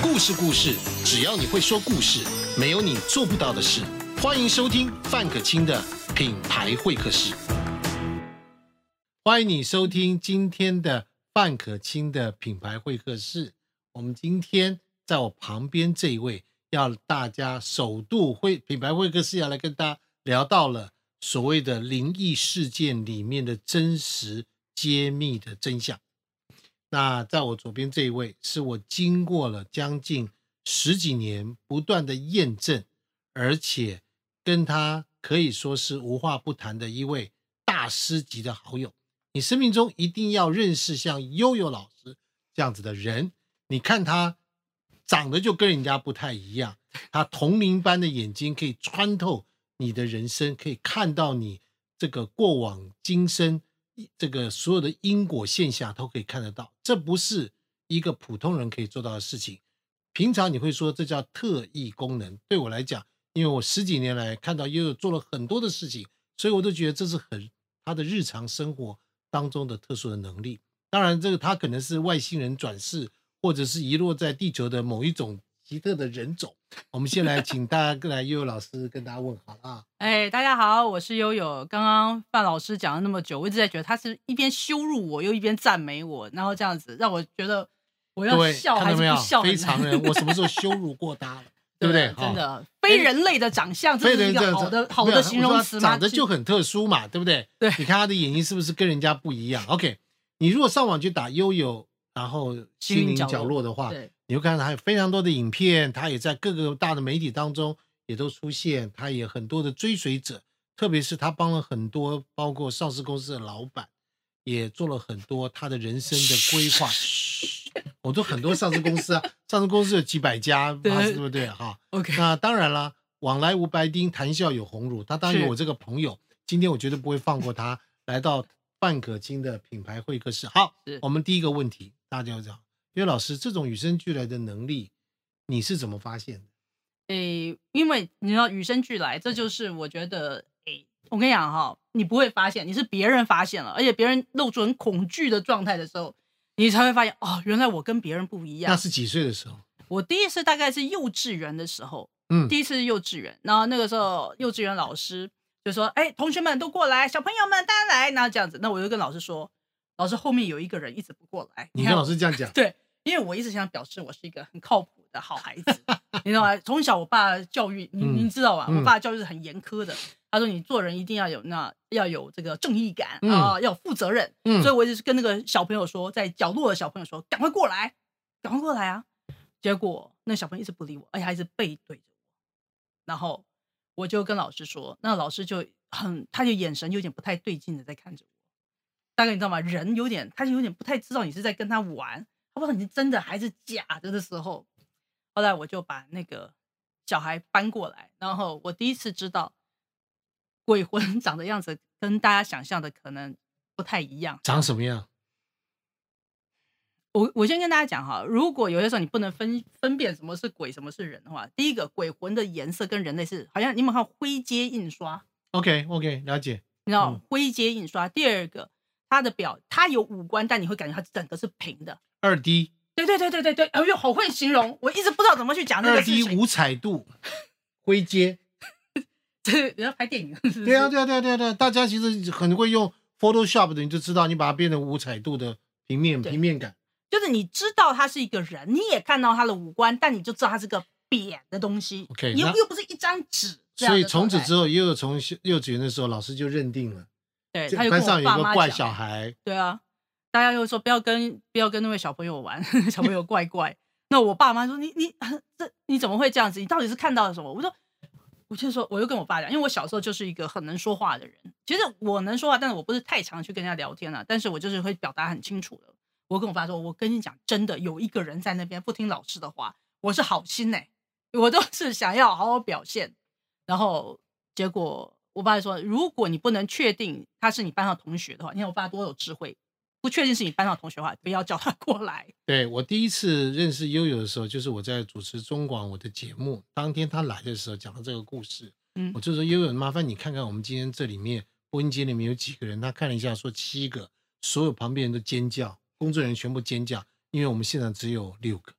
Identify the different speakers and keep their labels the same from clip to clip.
Speaker 1: 故事故事，只要你会说故事，没有你做不到的事。欢迎收听范可清的品牌会客室。欢迎你收听今天的范可清的品牌会客室。我们今天在我旁边这一位，要大家首度会品牌会客室要来跟大家聊到了所谓的灵异事件里面的真实揭秘的真相。那在我左边这一位，是我经过了将近十几年不断的验证，而且跟他可以说是无话不谈的一位大师级的好友。你生命中一定要认识像悠悠老师这样子的人。你看他长得就跟人家不太一样，他铜铃般的眼睛可以穿透你的人生，可以看到你这个过往今生一这个所有的因果现象都可以看得到，这不是一个普通人可以做到的事情。平常你会说这叫特异功能，对我来讲，因为我十几年来看到悠悠做了很多的事情，所以我都觉得这是很他的日常生活当中的特殊的能力。当然，这个他可能是外星人转世，或者是遗落在地球的某一种奇特的人种。我们先来请大家来悠悠老师跟大家问好了啊。
Speaker 2: 哎，大家好，我是悠悠。刚刚范老师讲了那么久，我一直在觉得他是一边羞辱我，又一边赞美我，然后这样子让我觉得我
Speaker 1: 各
Speaker 2: 要
Speaker 1: 位
Speaker 2: 笑
Speaker 1: 看
Speaker 2: 还
Speaker 1: 到
Speaker 2: 是
Speaker 1: 没有
Speaker 2: 不笑？？
Speaker 1: 非 常人，我什么时候羞辱过他了？对不对？
Speaker 2: 对？真
Speaker 1: 哈。
Speaker 2: 的，非人类的长相，这
Speaker 1: 非
Speaker 2: 是
Speaker 1: 人
Speaker 2: 一
Speaker 1: 这
Speaker 2: 个好的
Speaker 1: 这
Speaker 2: 好
Speaker 1: 没有
Speaker 2: 的形
Speaker 1: 我说
Speaker 2: 容
Speaker 1: 他
Speaker 2: 词吗？
Speaker 1: 长得就很特殊嘛，对不对？
Speaker 2: 对
Speaker 1: 你看他的眼睛是不是跟人家不一样？OK，你如果上网去打悠悠，然后心灵角落的话，
Speaker 2: 对
Speaker 1: 你会看到他有非常多的影片，他也在各个大的媒体当中也都出现，他也很多的追随者，特别是他帮了很多包括上市公司的老板，也做了很多他的人生的规划。我说很多上市公司啊，上市公司有几百家，
Speaker 2: 对
Speaker 1: 对不对？哈，
Speaker 2: ，OK，
Speaker 1: 那当然啦，往来无白丁，谈笑有鸿儒。他当然有
Speaker 2: 是
Speaker 1: 我这个朋友，今天我绝对不会放过他，来到范可清的品牌会客室。好
Speaker 2: 是，
Speaker 1: 我们第一个问题，大家要讲，因为老师这种与生俱来的能力，你是怎么发现的？
Speaker 2: 诶，哎因为你知道与生俱来，这就是我觉得，诶，我跟你讲哈，你不会发现，你是别人发现了，而且别人露出很恐惧的状态的时候，你才会发现，哦，原来我跟别人不一样
Speaker 1: 那。是几岁的时候？
Speaker 2: 我第一次大概是幼稚园的时候，
Speaker 1: 嗯
Speaker 2: 第一次是幼稚园，然后那个时候幼稚园老师就说：“哎，同学们都过来，小朋友们大家来。”那这样子，那我就跟老师说，老师后面有一个人一直不过来，
Speaker 1: 你跟老
Speaker 2: 师，
Speaker 1: 师这样讲
Speaker 2: 对，因为我一直想表示我是一个很靠谱的好孩子，你知道吗？从小我爸教育，您
Speaker 1: 嗯
Speaker 2: 您知道吧？
Speaker 1: 嗯
Speaker 2: 我爸教育是很严苛的，他说你做人一定要有那要有这个正义感啊、
Speaker 1: 嗯
Speaker 2: 要有负责任。
Speaker 1: 嗯
Speaker 2: 所以我就是跟那个小朋友说，在角落的小朋友说，赶快过来，赶快过来啊！结果那小朋友一直不理我，而哎且还一直背对着我。然后我就跟老师说，那老师就很，他就眼神有点不太对劲的在看着我。大概你知道吗？人有点，他就有点不太知道你是在跟他玩，他不知道你是真的还是假的的时候。后来我就把那个小孩搬过来，然后我第一次知道鬼魂 长的样子跟大家想象的可能不太一样。
Speaker 1: 长什么样？
Speaker 2: 我我先跟大家讲哈，如果有些时候你不能分分辨什么是鬼，什么是人的话，第一个鬼魂的颜色跟人类是好像你有没有看过灰阶印刷？
Speaker 1: OK OK，了解。
Speaker 2: 你知道
Speaker 1: 嗯
Speaker 2: 灰阶印刷。第二个，它的表它有五官，但你会感觉它整个是平的。
Speaker 1: 二 D
Speaker 2: 对对对对对对，哎呦，好会形容，我一直不知道怎么去啊讲那
Speaker 1: 二
Speaker 2: 个事
Speaker 1: D
Speaker 2: 情。
Speaker 1: 五彩度，灰阶。
Speaker 2: 对，你要 拍电影 是不是？
Speaker 1: 对啊对啊对啊对啊对啊，大家其实很会用 Photoshop 的，你就知道你把它变成五彩度的平面
Speaker 2: 对
Speaker 1: 平面感。
Speaker 2: 就是你知道他是一个人，你也看到他的五官，但你就知道他是个扁的东西。
Speaker 1: OK，
Speaker 2: 你又
Speaker 1: 那
Speaker 2: 又不是一张纸这
Speaker 1: 所
Speaker 2: 样的
Speaker 1: 以
Speaker 2: 状态。
Speaker 1: 从此之后，又有从小幼稚园的时候，老师就认定了，
Speaker 2: 对，
Speaker 1: 这
Speaker 2: 他就跟
Speaker 1: 班
Speaker 2: 我
Speaker 1: 上有
Speaker 2: 爸
Speaker 1: 一个
Speaker 2: 妈
Speaker 1: 怪
Speaker 2: 讲
Speaker 1: 小。孩，
Speaker 2: 对啊，大家又说不要跟不要跟那位小朋友玩， 小朋友怪怪。那我爸妈说你你这你怎么会这样子？你到底是看到了什么？我说我就说我就跟我爸讲，因为我小时候就是一个很能说话的人。其实我能说话，但是我不是太常去跟人家聊天了、啊但是我就是会表达很清楚的。我跟我爸说，我跟你讲，真的有一个人在那边不听老师的话，我是好心呢、欸我都是想要好好表现。然后结果我爸就说，如果你不能确定他是你班上同学的话，你看我爸多有智慧，不确定是你班上同学的话，不要叫他 过来。
Speaker 1: 对我第一次认识悠悠的时候，就是我在主持中广我的节目，当天他来的时候讲到这个故事，
Speaker 2: 嗯
Speaker 1: 我就说悠悠，麻烦你看看我们今天这里面播音间里面有几个人，他看了一下说七个，所有旁边人都尖叫，工作人员全部尖叫，因为我们现场只有六个，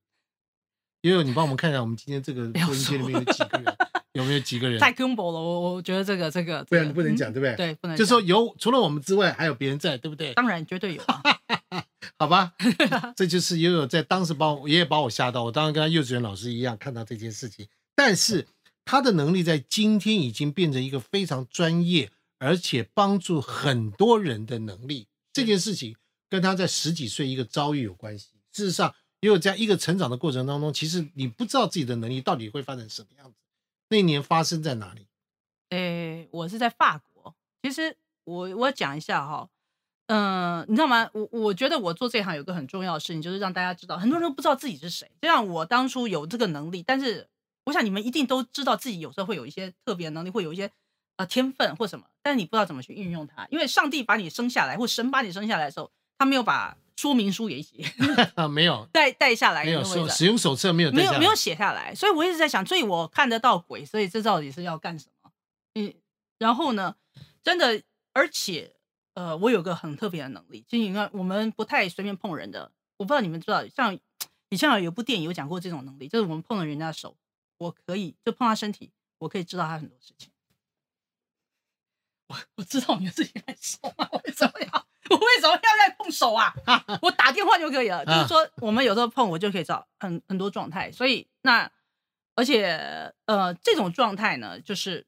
Speaker 1: 悠悠，你帮我们看一下我们今天 这个
Speaker 2: 不要
Speaker 1: 录音间里
Speaker 2: 说
Speaker 1: 面有几个 人，有没有几个人？
Speaker 2: 太 combo 了，我我觉得这个这个，
Speaker 1: 不
Speaker 2: 这
Speaker 1: 然
Speaker 2: 个
Speaker 1: 你不能
Speaker 2: 嗯
Speaker 1: 讲，对不对？。
Speaker 2: 对，不能
Speaker 1: 就
Speaker 2: 讲
Speaker 1: 说有除了我们之外，还有别人在，对不对？
Speaker 2: 当然绝对有啊，
Speaker 1: 好 吧，这就是悠悠在当时把我也把我吓到，我当然跟他幼稚园老师一样看到这件事情，但是他的能力在今天已经变成一个非常专业，而且帮助很多人的能力。这件事情跟他在十几岁一个遭遇有关系。事实上，也有这样一个成长的过程当中，其实你不知道自己的能力到底会发展什么样子。那一年发生在哪里？
Speaker 2: 诶，我是在法国。其实我我讲一下哈，嗯、你知道吗？我我觉得我做这行有一个很重要的事情，就是让大家知道，很多人都不知道自己是谁。就像我当初有这个能力，但是我想你们一定都知道自己有时候会有一些特别的能力，会有一些呃天分或什么，但是你不知道怎么去运用它，因为上帝把你生下来，或神把你生下来的时候，他没有把说明书也一起
Speaker 1: 啊，没有，
Speaker 2: 带带下来，
Speaker 1: 没有
Speaker 2: 你懂我
Speaker 1: 手
Speaker 2: 意思吧
Speaker 1: 使用手册没有
Speaker 2: 啊没
Speaker 1: 带下
Speaker 2: 有
Speaker 1: 来
Speaker 2: 没有写下来，所以我一直在想，所以我看得到鬼，所以这到底是要干什么？嗯，然后呢，真的，而且呃，我有个很特别的能力，就你看，我们不太随便碰人的，我不知道你们知道，像以前有一部电影有讲过这种能力，就是我们碰了人家的手，我可以就碰他身体，我可以知道他很多事情。我我知道你的事情很熟啊，我为什么要我为什么要再碰手啊？我打电话就可以了。就是说，我们有时候碰，我就可以找很很多状态。所以那而且呃，这种状态呢，就是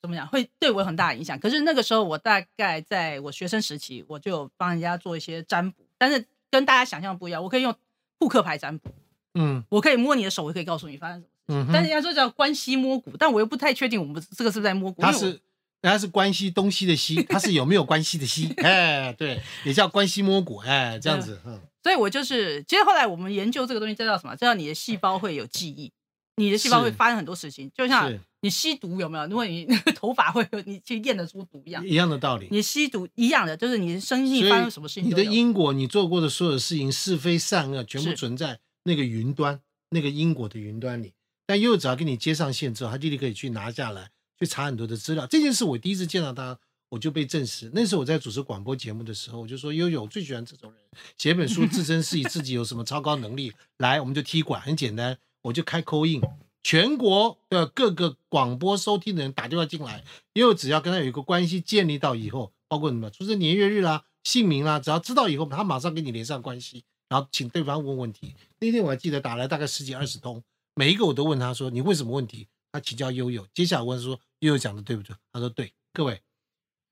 Speaker 2: 怎么讲，会对我有很大的影响。可是那个时候，我大概在我学生时期，我就有帮人家做一些占卜，但是跟大家想象不一样。我可以用扑克牌占卜，
Speaker 1: 嗯
Speaker 2: 我可以摸你的手，我可以告诉你发生什么。
Speaker 1: 嗯哼，
Speaker 2: 但是人家说叫关系摸骨，但我又不太确定我们这个是不是在摸骨。
Speaker 1: 它
Speaker 2: 因为我
Speaker 1: 是它是关系东西的西，它是有没有关系的西，哎，对，也叫关系摸骨，哎，这样子，嗯，
Speaker 2: 所以我就是，其实后来我们研究这个东西，这叫什么？这叫你的细胞会有记忆，你的细胞
Speaker 1: 是
Speaker 2: 会发生很多事情，就像
Speaker 1: 是
Speaker 2: 你吸毒有没有？如果你 头发会有，你去验得出毒一样，
Speaker 1: 一样的道理。
Speaker 2: 你吸毒一样的，就是你
Speaker 1: 所
Speaker 2: 生命
Speaker 1: 以
Speaker 2: 发生什么事情
Speaker 1: 你
Speaker 2: 都
Speaker 1: 的
Speaker 2: 有
Speaker 1: 因果，你做过的所有事情，是非善恶，全部
Speaker 2: 是
Speaker 1: 存在那个云端，那个因果的云端里。但又只要跟你接上线之后，他弟弟可以去拿下来，去查很多的资料。这件事我第一次见到他，我就被证实。那时候我在主持广播节目的时候，我就说悠悠，我最喜欢这种人，写本书自称是以自己有什么超高能力，来我们就踢馆，很简单，我就开扣印。全国的各个广播收听的人打电话进来，因为只要跟他有一个关系建立到以后，包括什么出生年月日啦、姓名啦，只要知道以后，他马上跟你连上关系，然后请对方问问题。那天我还记得打来大概十几二十通，每一个我都问他说你问什么问题，他请教悠悠。接下来我问说悠悠讲的对不对？他说对。各位，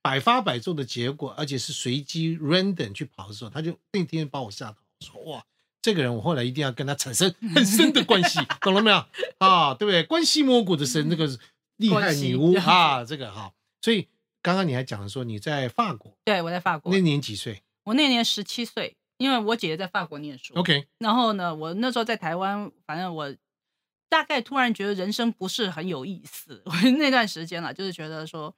Speaker 1: 百发百中的结果，而且是随机 random 去跑的时候，他就那天把我吓到，我说哇。这个人，我后来一定要跟他产生很深的关 系，懂了没有？啊，对不对？关系摸骨的神，那个厉害女巫
Speaker 2: 嗯关系
Speaker 1: 啊，这个哈。所以刚刚你还讲了说你在法国，
Speaker 2: 对，我在法国
Speaker 1: 那，年几岁
Speaker 2: 我那年十七岁，因为我姐姐在法国念书。
Speaker 1: ？OK，
Speaker 2: 然后呢，我那时候在台湾，反正我大概突然觉得人生不是很有意思。 我那段时间了，就是觉得说，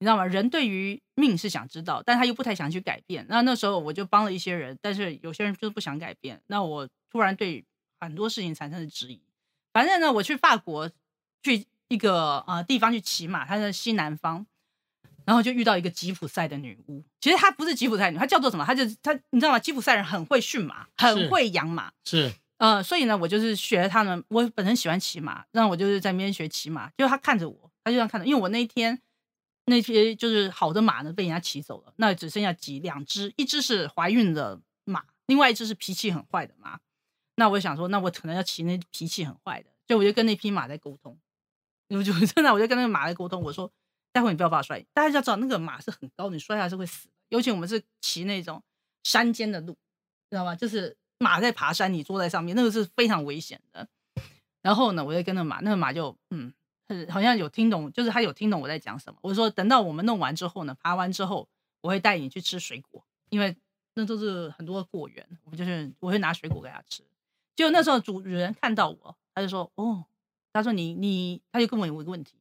Speaker 2: 你知道吗？人对于命是想知道，但他又不太想去改变。那那时候我就帮了一些人，但是有些人就是不想改变。那我突然对很多事情产生了质疑。反正呢，我去法国去一个呃地方去骑马，它在西南方。然后就遇到一个吉普赛的女巫，其实她不是吉普赛女，她叫做什么？她就她，你知道吗？吉普赛人很会驯马，
Speaker 1: 是
Speaker 2: 很会养马，
Speaker 1: 是
Speaker 2: 呃，所以呢，我就是学他们。我本身喜欢骑马，那我就是在那边学骑马。就是他看着我，他就这样看着，因为我那一天那些就是好的马呢被人家骑走了，那只剩下几两只，一只是怀孕的马，另外一只是脾气很坏的马。那我想说，那我可能要骑那脾气很坏的，所以我就跟那匹马在沟通。我就 真的，我就跟那个马在沟通，我说：“待会你不要把我摔。”大家要知道，那个马是很高，你摔下来是会死的。尤其我们是骑那种山间的路，知道吧？就是马在爬山，你坐在上面，那个是非常危险的。然后呢，我就跟着马，那个马就嗯，很好像有听懂，就是他有听懂我在讲什么。我说等到我们弄完之后呢，爬完之后，我会带你去吃水果，因为那都是很多果园，我们就是我会拿水果给他吃。结果那时候主人看到我，他就说：“哦，他说你你，他就跟我有一个问题，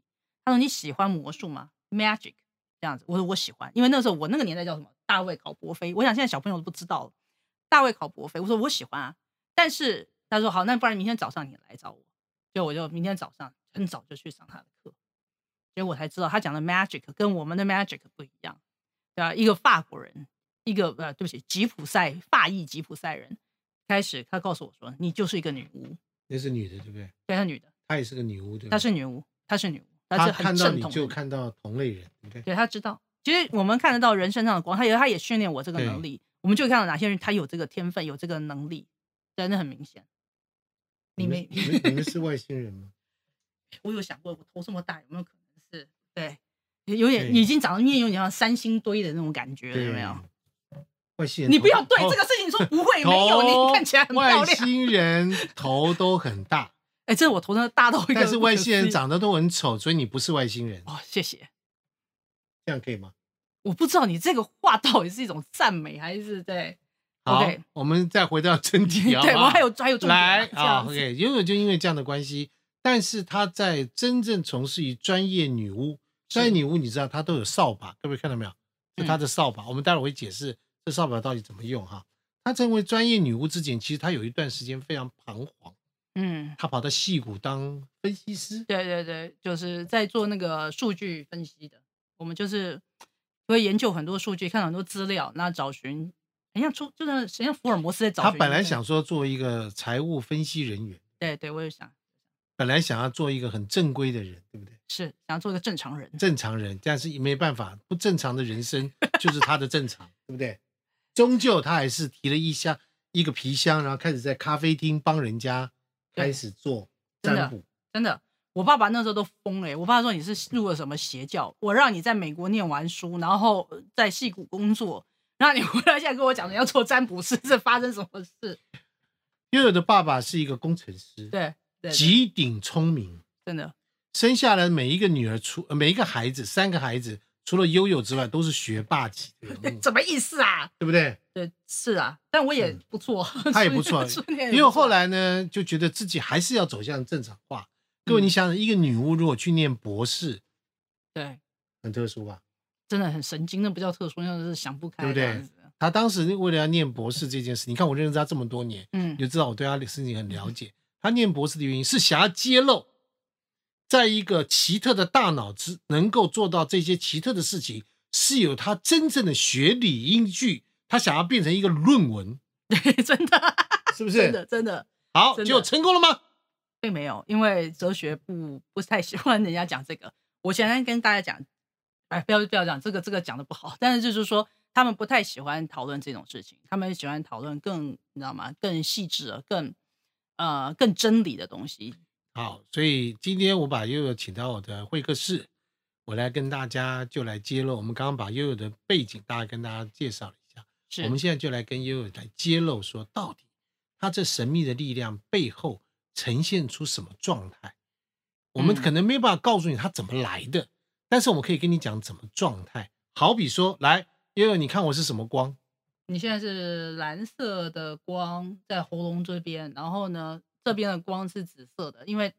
Speaker 2: 他说你喜欢魔术吗？Magic 这样子，我说我喜欢，因为那时候我那个年代叫什么大卫考伯菲，我想现在小朋友都不知道了。大卫考伯菲，我说我喜欢啊，但是他说好，那不然明天早上你来找我，就我就明天早上很早就去上他的课，结果我才知道他讲的 magic 跟我们的 magic 不一样，对吧、一个法国人，一个呃，对不起，吉普赛法裔吉普赛人，开始他告诉我说你就是一个女巫，
Speaker 1: 那是女的，对不对？
Speaker 2: 对，她女的，
Speaker 1: 她也是个女巫，对不对？
Speaker 2: 她是女巫，她是女巫，她
Speaker 1: 她
Speaker 2: 是
Speaker 1: 嗯
Speaker 2: 很
Speaker 1: 看到
Speaker 2: 正
Speaker 1: 你
Speaker 2: 统
Speaker 1: 就
Speaker 2: 的。
Speaker 1: 看到同类人，对不对？
Speaker 2: 对，她知道。其实我们看得到人身上的光，她也她也训练我这个能
Speaker 1: 对
Speaker 2: 力，我们就看到哪些人他有这个天分，有这个能力，真的很明显。你
Speaker 1: 们
Speaker 2: 没，
Speaker 1: 你们你们是外星人吗？
Speaker 2: 我有想过，我头这么大，有没有可能是？对，有点
Speaker 1: 对
Speaker 2: 已经长得面有点像三星堆的那种感觉了， 有没有？？
Speaker 1: 外星人头，
Speaker 2: 你不要对
Speaker 1: 头
Speaker 2: 这个事 情说不会
Speaker 1: 头
Speaker 2: 没有，你看起来很漂
Speaker 1: 外
Speaker 2: 亮。
Speaker 1: 星人头都很大，
Speaker 2: 哎， 这我头上大到一 个，
Speaker 1: 但是外星人长得都很丑，所以你不是外星人，
Speaker 2: 哦，谢谢。
Speaker 1: 这样可以吗？
Speaker 2: 我不知道你这个话到底是一种赞美还是对
Speaker 1: 好
Speaker 2: OK
Speaker 1: 我们再回到正题啊。
Speaker 2: 对，
Speaker 1: 好不
Speaker 2: 我
Speaker 1: 好
Speaker 2: 还有还有重点
Speaker 1: 来
Speaker 2: 啊这
Speaker 1: 啊
Speaker 2: 样子。
Speaker 1: ，OK，因为就因为这样的关系，但是他在真正从事于专业女巫，专业女巫你知道她都有扫把，各位看到没有？就
Speaker 2: 嗯
Speaker 1: 她的扫把，我们待会儿会解释这扫把到底怎么用哈。她成为专业女巫之前，其实她有一段时间非常彷徨，
Speaker 2: 嗯，
Speaker 1: 她跑到戏谷当分析师，
Speaker 2: 对对对，就是在做那个数据分析的，我们就是会研究很多数据，看很多资料，那找寻，很像出就是很像福尔摩斯在找
Speaker 1: 她
Speaker 2: 寻。
Speaker 1: 本来想说做一个财务分析人员，
Speaker 2: 对，对对，我也想
Speaker 1: 本来想要做一个很正规的人，对不对？
Speaker 2: 是想做一个正常人。
Speaker 1: 正常人，但是也没办法，不正常的人 生就是他的正常，对不对？终究他还是提了一箱一个皮箱，然后开始在咖啡厅帮人家
Speaker 2: 对
Speaker 1: 开始做
Speaker 2: 真的
Speaker 1: 占卜。
Speaker 2: 真的，我爸爸那时候都疯了耶。我爸说你是入了什么邪教？我让你在美国念完书，然后呃在戏谷工作，然后你回来现在跟我讲你要做占卜师， 这发生什么事？
Speaker 1: 悠悠的爸爸是一个工程师，
Speaker 2: 对对，对
Speaker 1: 极顶聪明，
Speaker 2: 真的
Speaker 1: 生下来每一个女儿除呃每一个孩子，三个孩子除了悠悠之外都是学霸级的人
Speaker 2: ，
Speaker 1: 物
Speaker 2: 什么意思啊？
Speaker 1: 对不对？
Speaker 2: 对，是啊，但我也不错，
Speaker 1: 他 也不错
Speaker 2: 初恋也不
Speaker 1: 因为
Speaker 2: 错
Speaker 1: 后来呢，就觉得自己还是要走向正常化。各位，
Speaker 2: 嗯
Speaker 1: 你想想，一个女巫如果去念博士，
Speaker 2: 对，
Speaker 1: 很特殊吧？
Speaker 2: 真的很神经，那不叫特殊，那是想不开，
Speaker 1: 对不对
Speaker 2: 这样子？
Speaker 1: 他当时为了要念博士这件事，你看我认识他这么多年，
Speaker 2: 嗯
Speaker 1: 你，就知道我对他的事情很了解。他念博士的原因是想要揭露，在一个奇特的大脑之能够做到这些奇特的事情，是有他真正的学理依据。他想要变成一个论文，
Speaker 2: 对，真 的，
Speaker 1: 是不
Speaker 2: 真的，
Speaker 1: 是？
Speaker 2: 真的
Speaker 1: 好，
Speaker 2: 真的
Speaker 1: 就成功了吗？
Speaker 2: 并没有，因为哲学不不太喜欢人家讲这个。我简单跟大家讲，哎，不要不要讲这个，这个讲的不好。但是就是说，他们不太喜欢讨论这种事情，他们喜欢讨论更你知道吗？更细致的、更呃更真理的东西。
Speaker 1: 好，所以今天我把悠悠请到我的会客室，我来跟大家就来揭露。我们刚刚把悠悠的背景大概跟大家介绍了一下。
Speaker 2: 是
Speaker 1: 我们现在就来跟悠悠来揭露说，到底他这神秘的力量背后呈现出什么状态？我们
Speaker 2: 嗯
Speaker 1: 可能没办法告诉你它怎么来的，但是我们可以跟你讲怎么状态。好比说，来悠悠，你看我是什么光？
Speaker 2: 你现在是蓝色的光在喉咙这边，然后呢，这边的光是紫色的，因为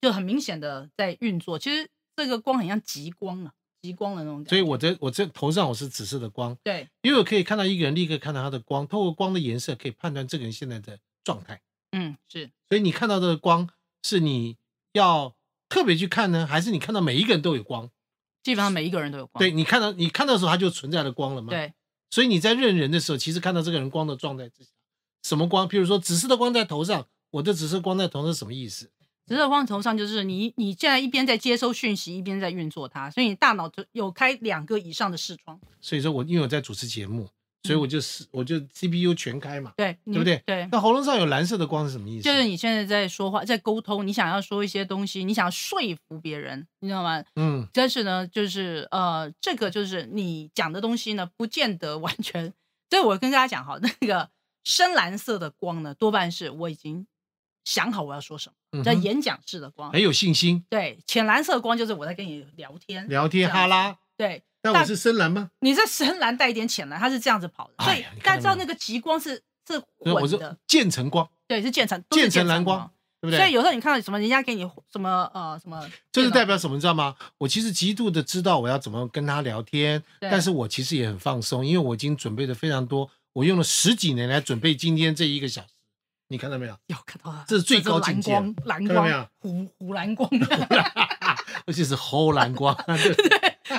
Speaker 2: 就很明显的在运作。其实这个光很像极光啊，极光的那种感觉。
Speaker 1: 所以我这我这头上我是紫色的光，
Speaker 2: 对，
Speaker 1: 悠悠可以看到一个人，立刻看到他的光，透过光的颜色可以判断这个人现在的状态。
Speaker 2: 嗯，是
Speaker 1: 所以你看到的光是你要特别去看呢，还是你看到每一个人都有光？
Speaker 2: 基本上每一个人都有光。
Speaker 1: 对你看到你看到的时候，它就存在了光了嘛。。
Speaker 2: 对，
Speaker 1: 所以你在认人的时候，其实看到这个人光的状态之下，什么光？譬如说紫色的光在头上，我的紫色光在头上是什么意思？
Speaker 2: 紫色光头上就是你，你现在一边在接收讯息，一边在运作它，所以你大脑就有开两个以上的视窗。
Speaker 1: 所以说我因为我在主持节目，所
Speaker 2: 嗯
Speaker 1: 以我就是、我就 CPU 全开嘛。
Speaker 2: 对，你
Speaker 1: 对不对
Speaker 2: 对，
Speaker 1: 那喉咙上有蓝色的光是什么意思？
Speaker 2: 就是你现在在说话，在沟通，你想要说一些东西，你想要说服别人，你知道吗？
Speaker 1: 嗯，
Speaker 2: 但是呢，就是呃，这个就是你讲的东西呢，不见得完全。所以我跟大家讲哈，那个深蓝色的光呢，多半是我已经想好我要说什么，
Speaker 1: 嗯
Speaker 2: 叫
Speaker 1: 哼哎
Speaker 2: 演讲式的光。
Speaker 1: 很有信心，
Speaker 2: 对，浅蓝色的光就是我在跟你聊天。
Speaker 1: 聊天
Speaker 2: 这样
Speaker 1: 哈拉。
Speaker 2: 对，
Speaker 1: 但我是深蓝吗？
Speaker 2: 你在深蓝带一点浅蓝，它是这样子跑的，所
Speaker 1: 哎
Speaker 2: 以
Speaker 1: 呀你
Speaker 2: 大家
Speaker 1: 看
Speaker 2: 知
Speaker 1: 到
Speaker 2: 道
Speaker 1: 没有
Speaker 2: 那个极光是是
Speaker 1: 所以我
Speaker 2: 混
Speaker 1: 是
Speaker 2: 的，
Speaker 1: 渐层光，
Speaker 2: 对，是渐层都是
Speaker 1: 渐层蓝
Speaker 2: 蓝
Speaker 1: 光，，对不对？
Speaker 2: 所以有时候你看到什么人家给你什么呃什 么，
Speaker 1: 这是代表什么，你知道吗？我其实极度的知道我要怎么跟他聊天，
Speaker 2: 对
Speaker 1: 但是我其实也很放松，因为我已经准备的非常多，我用了十几年来准备今天这一个小时，你看到没有？
Speaker 2: 有看到了，
Speaker 1: 这是最高境
Speaker 2: 蓝
Speaker 1: 界
Speaker 2: 光，蓝
Speaker 1: 看到没有
Speaker 2: 光，湖湖蓝光，
Speaker 1: 而且是齁蓝光，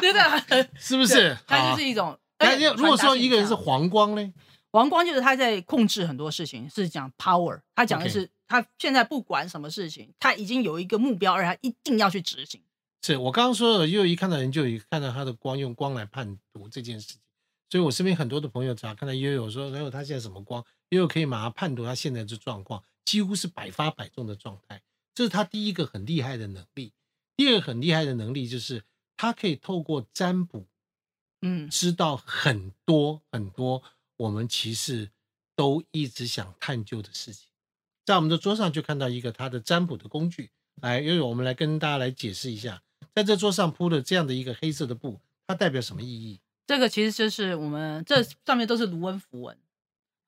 Speaker 2: 真的 很，
Speaker 1: 是不是？
Speaker 2: 它
Speaker 1: 好
Speaker 2: 就是一种。
Speaker 1: 那
Speaker 2: 而且
Speaker 1: 要如果说一个人是
Speaker 2: 传达性这样
Speaker 1: 黄光呢？
Speaker 2: 王光，就是他在控制很多事情，是讲 power，他讲的
Speaker 1: OK
Speaker 2: 是他现在不管什么事情，他已经有一个目标，而他一定要去执行。
Speaker 1: 是我刚刚说了，又一看到人就以看到他的光，用光来判读这件事情。所以我身边很多的朋友，只要看到悠悠说，然哎后他现在什么光，悠悠可以马上判读他现在的状况，几乎是百发百中的状态。这是他第一个很厉害的能力。第二个很厉害的能力就是，他可以透过占卜
Speaker 2: 嗯，
Speaker 1: 知道很多很多我们其实都一直想探究的事情。在我们的桌上就看到一个他的占卜的工具，来，悠悠，我们来跟大家来解释一下，在这桌上铺了这样的一个黑色的布，它代表什么意义？
Speaker 2: 这个其实就是我们这上面都是卢恩符文，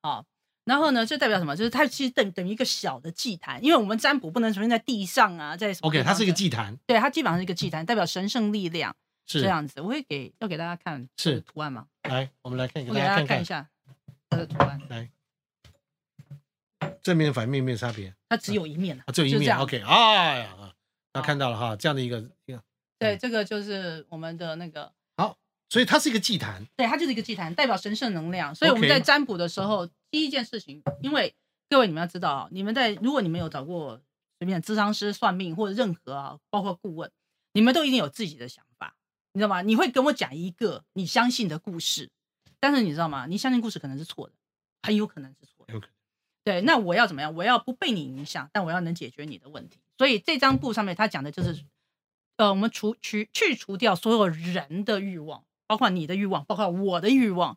Speaker 2: 啊，然后呢，这代表什么？就是它其实等等于一个小的祭坛，因为我们占卜不能出现在地上啊，在什么地
Speaker 1: OK，
Speaker 2: 方的
Speaker 1: 它是一个，祭坛，
Speaker 2: 对，它基本上是一个祭坛，代表神圣力量
Speaker 1: 是
Speaker 2: 这样子。我会给要给大家看
Speaker 1: 是
Speaker 2: 这个图案吗？
Speaker 1: 来，我们来看，给
Speaker 2: 我
Speaker 1: 大
Speaker 2: 给
Speaker 1: 家
Speaker 2: 大家
Speaker 1: 看
Speaker 2: 看
Speaker 1: 看
Speaker 2: 一下它的图案，
Speaker 1: 正面反面没有差别，
Speaker 2: 它只有一面啊
Speaker 1: 啊，只有一
Speaker 2: 就这
Speaker 1: 面。
Speaker 2: 样
Speaker 1: OK，哎呀，啊那
Speaker 2: 好
Speaker 1: 看到了哈，这样的一个一个，
Speaker 2: 对，这个就是我们的那个
Speaker 1: 所以它是一个祭坛，
Speaker 2: 对，它就是一个祭坛，代表神圣能量。所以我们
Speaker 1: OK
Speaker 2: 在占卜的时候第一件事情，因为各位你们要知道啊，你们在如果你们有找过随便智商师、算命或者任何啊，包括顾问，你们都一定有自己的想法，你知道吗？你会跟我讲一个你相信的故事，但是你知道吗？你相信故事可能是错的，很有可能是错的。
Speaker 1: 有可能
Speaker 2: 对，那我要怎么样？我要不被你影响，但我要能解决你的问题。所以这张布上面他讲的就是，呃，我们除去去除掉所有人的欲望，包括你的欲望，包括我的欲望，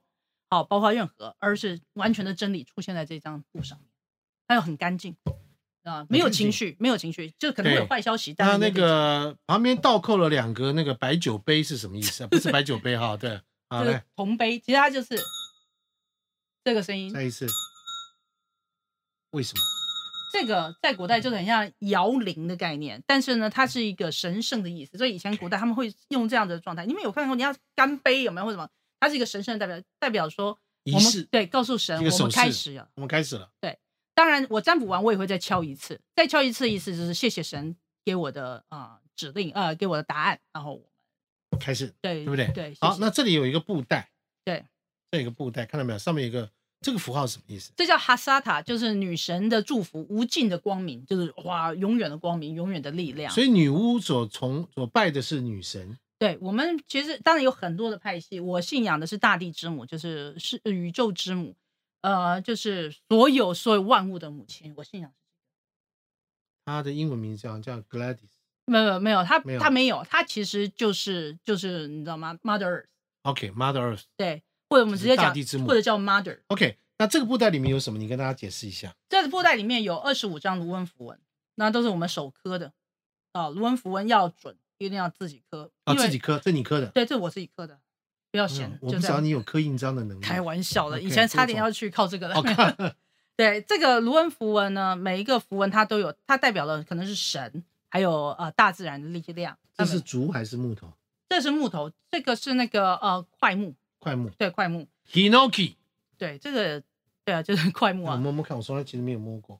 Speaker 2: 好，包括任何，而是完全的真理出现在这张布上面，它又很干净啊，没有情绪，没有情绪，就可能会有
Speaker 1: 对
Speaker 2: 坏消息，但
Speaker 1: 那
Speaker 2: 是没
Speaker 1: 那
Speaker 2: 有情绪
Speaker 1: 个旁边倒扣了两个那个白酒杯是什么意思 啊？不是白酒杯哈，对，好
Speaker 2: 就是
Speaker 1: 来
Speaker 2: 红杯，其实它就是这个声音，
Speaker 1: 再一次，为什么？
Speaker 2: 这个在古代就是很像摇铃的概念，但是呢，它是一个神圣的意思，所以以前古代他们会用这样的状态。你们有看过你要干杯有没有或者什么？它是一个神圣的代表，代表说
Speaker 1: 仪
Speaker 2: 我们
Speaker 1: 式，
Speaker 2: 对告诉神
Speaker 1: 一个
Speaker 2: 我们
Speaker 1: 手势
Speaker 2: 开始了。
Speaker 1: 我们开始了。
Speaker 2: 当然，我占卜完我也会再敲一次，再敲一次意思就是谢谢神给我的啊、呃指令呃给我的答案，然后我
Speaker 1: 开始，
Speaker 2: 对
Speaker 1: 对不对？
Speaker 2: 对，谢
Speaker 1: 好，
Speaker 2: 谢
Speaker 1: 那这里有一个布袋，
Speaker 2: 对，
Speaker 1: 这有一个布袋，看到没有？上面有一个这个符号是什么意思？
Speaker 2: 这叫哈萨塔，就是女神的祝福，无尽的光明，就是哇永远的光明，永远的力量。
Speaker 1: 所以女巫所从所拜的是女神，
Speaker 2: 对我们其实当然有很多的派系，我信仰的是大地之母，就是是呃宇宙之母，呃，就是所有所有万物的母亲。我信仰
Speaker 1: 她的英文名字叫叫 Gladys。
Speaker 2: 没有没有，他
Speaker 1: 没有
Speaker 2: 他没有，他其实就是就是你知道吗？Mother Earth，
Speaker 1: OK，Mother、Earth。
Speaker 2: 对，或者我们
Speaker 1: 就是
Speaker 2: 直接
Speaker 1: 大
Speaker 2: 讲
Speaker 1: 地之母
Speaker 2: 或者叫 Mother。
Speaker 1: OK，那这个布袋里面有什么？你跟大家解释一下。
Speaker 2: 这个布袋里面有二十五张卢恩符文，那都是我们手刻的啊，卢恩符文要准，一定要自己刻，
Speaker 1: 啊，
Speaker 2: 因为、
Speaker 1: 自己刻，这你刻的。
Speaker 2: 对，这我自己刻的，不要
Speaker 1: 哎呀
Speaker 2: 嫌，
Speaker 1: 我
Speaker 2: 就
Speaker 1: 不
Speaker 2: 这
Speaker 1: 知道
Speaker 2: 样。
Speaker 1: 你有刻印章的能力。
Speaker 2: 开玩笑的，以
Speaker 1: OK，
Speaker 2: 前差
Speaker 1: 多
Speaker 2: 点
Speaker 1: 种
Speaker 2: 要去靠这个了。
Speaker 1: 好看。
Speaker 2: 对，这个卢恩符文呢，每一个符文它都有，它代表的可能是神，还有呃大自然的力量。
Speaker 1: 这
Speaker 2: 它
Speaker 1: 是
Speaker 2: 每
Speaker 1: 竹还是木头？
Speaker 2: 这是木头，这个是那个呃块木，
Speaker 1: 块木。
Speaker 2: 对块木，
Speaker 1: Hinoki，
Speaker 2: 对这个对啊就是 块木
Speaker 1: 我
Speaker 2: 啊，
Speaker 1: 摸摸看，我从来其实没有摸过。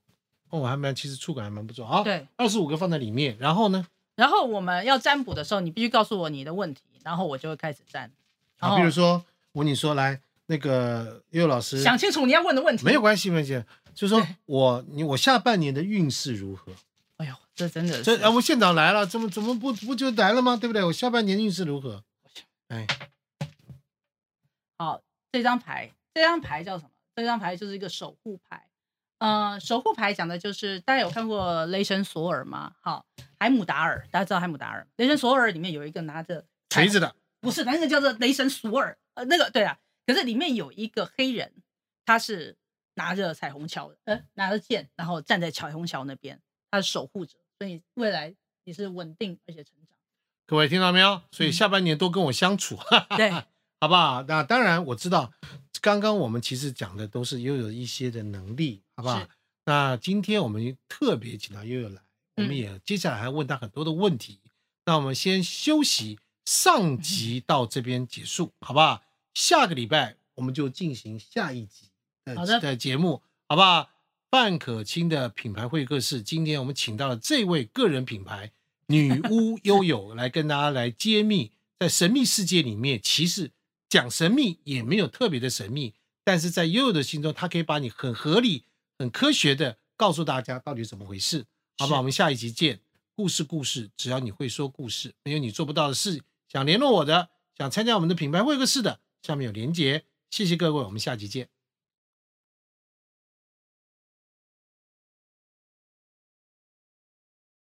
Speaker 1: 哦，我还蛮，其实触感还蛮不错。好，啊
Speaker 2: 对。
Speaker 1: 二十五个放在里面，然后呢？
Speaker 2: 然后我们要占卜的时候，你必须告诉我你的问题，然后我就会开始占。
Speaker 1: 啊，
Speaker 2: 然后
Speaker 1: 比如说我跟你说来，那个佑老师
Speaker 2: 想清楚你要问的问题。
Speaker 1: 没有，关系，没有关系，就是说
Speaker 2: 对
Speaker 1: 我你我下半年的运势如何？
Speaker 2: 哎呦，这真的
Speaker 1: 这
Speaker 2: 是
Speaker 1: 啊，我县长来了，怎么怎么不不就来了吗？对不对？我下半年运势如何？哎，
Speaker 2: 好，这张牌，这张牌叫什么？这张牌就是一个守护牌。呃，守护牌讲的就是大家有看过《雷神索尔》吗？好，海姆达尔，大家知道海姆达尔，《雷神索尔》里面有一个拿着哎
Speaker 1: 锤子，的
Speaker 2: 不是那个叫做雷神索尔，呃，那个对啊，可是里面有一个黑人，他是拿着彩虹桥的，呃，拿着剑，然后站在彩虹桥那边，他是守护者，所以未来你是稳定而且成 长。
Speaker 1: 各位听到没有？所以
Speaker 2: 嗯
Speaker 1: 下半年多跟我相处，哈哈
Speaker 2: 对，
Speaker 1: 好不好？那当然，我知道刚刚我们其实讲的都是又有一些的能力，好不好
Speaker 2: 是？
Speaker 1: 那今天我们特别请到悠悠来，我们
Speaker 2: 嗯
Speaker 1: 也接下来还问他很多的问题。那我们先休息，上集到这边结束，好不好？下个礼拜我们就进行下一集的
Speaker 2: 好的
Speaker 1: 的节目，好不好？范可清的品牌会客室，今天我们请到了这位个人品牌女巫悠悠来跟大家来揭秘，在神秘世界里面，其实讲神秘也没有特别的神秘，但是在悠悠的心中，她可以把你很合理、很科学的告诉大家到底怎么回事，好吧？我们下一集见。故事故事，只要你会说故事，没有你做不到的事。想联络我的，想参加我们的品牌会客室的，下面有连结。谢谢各位，我们下集见。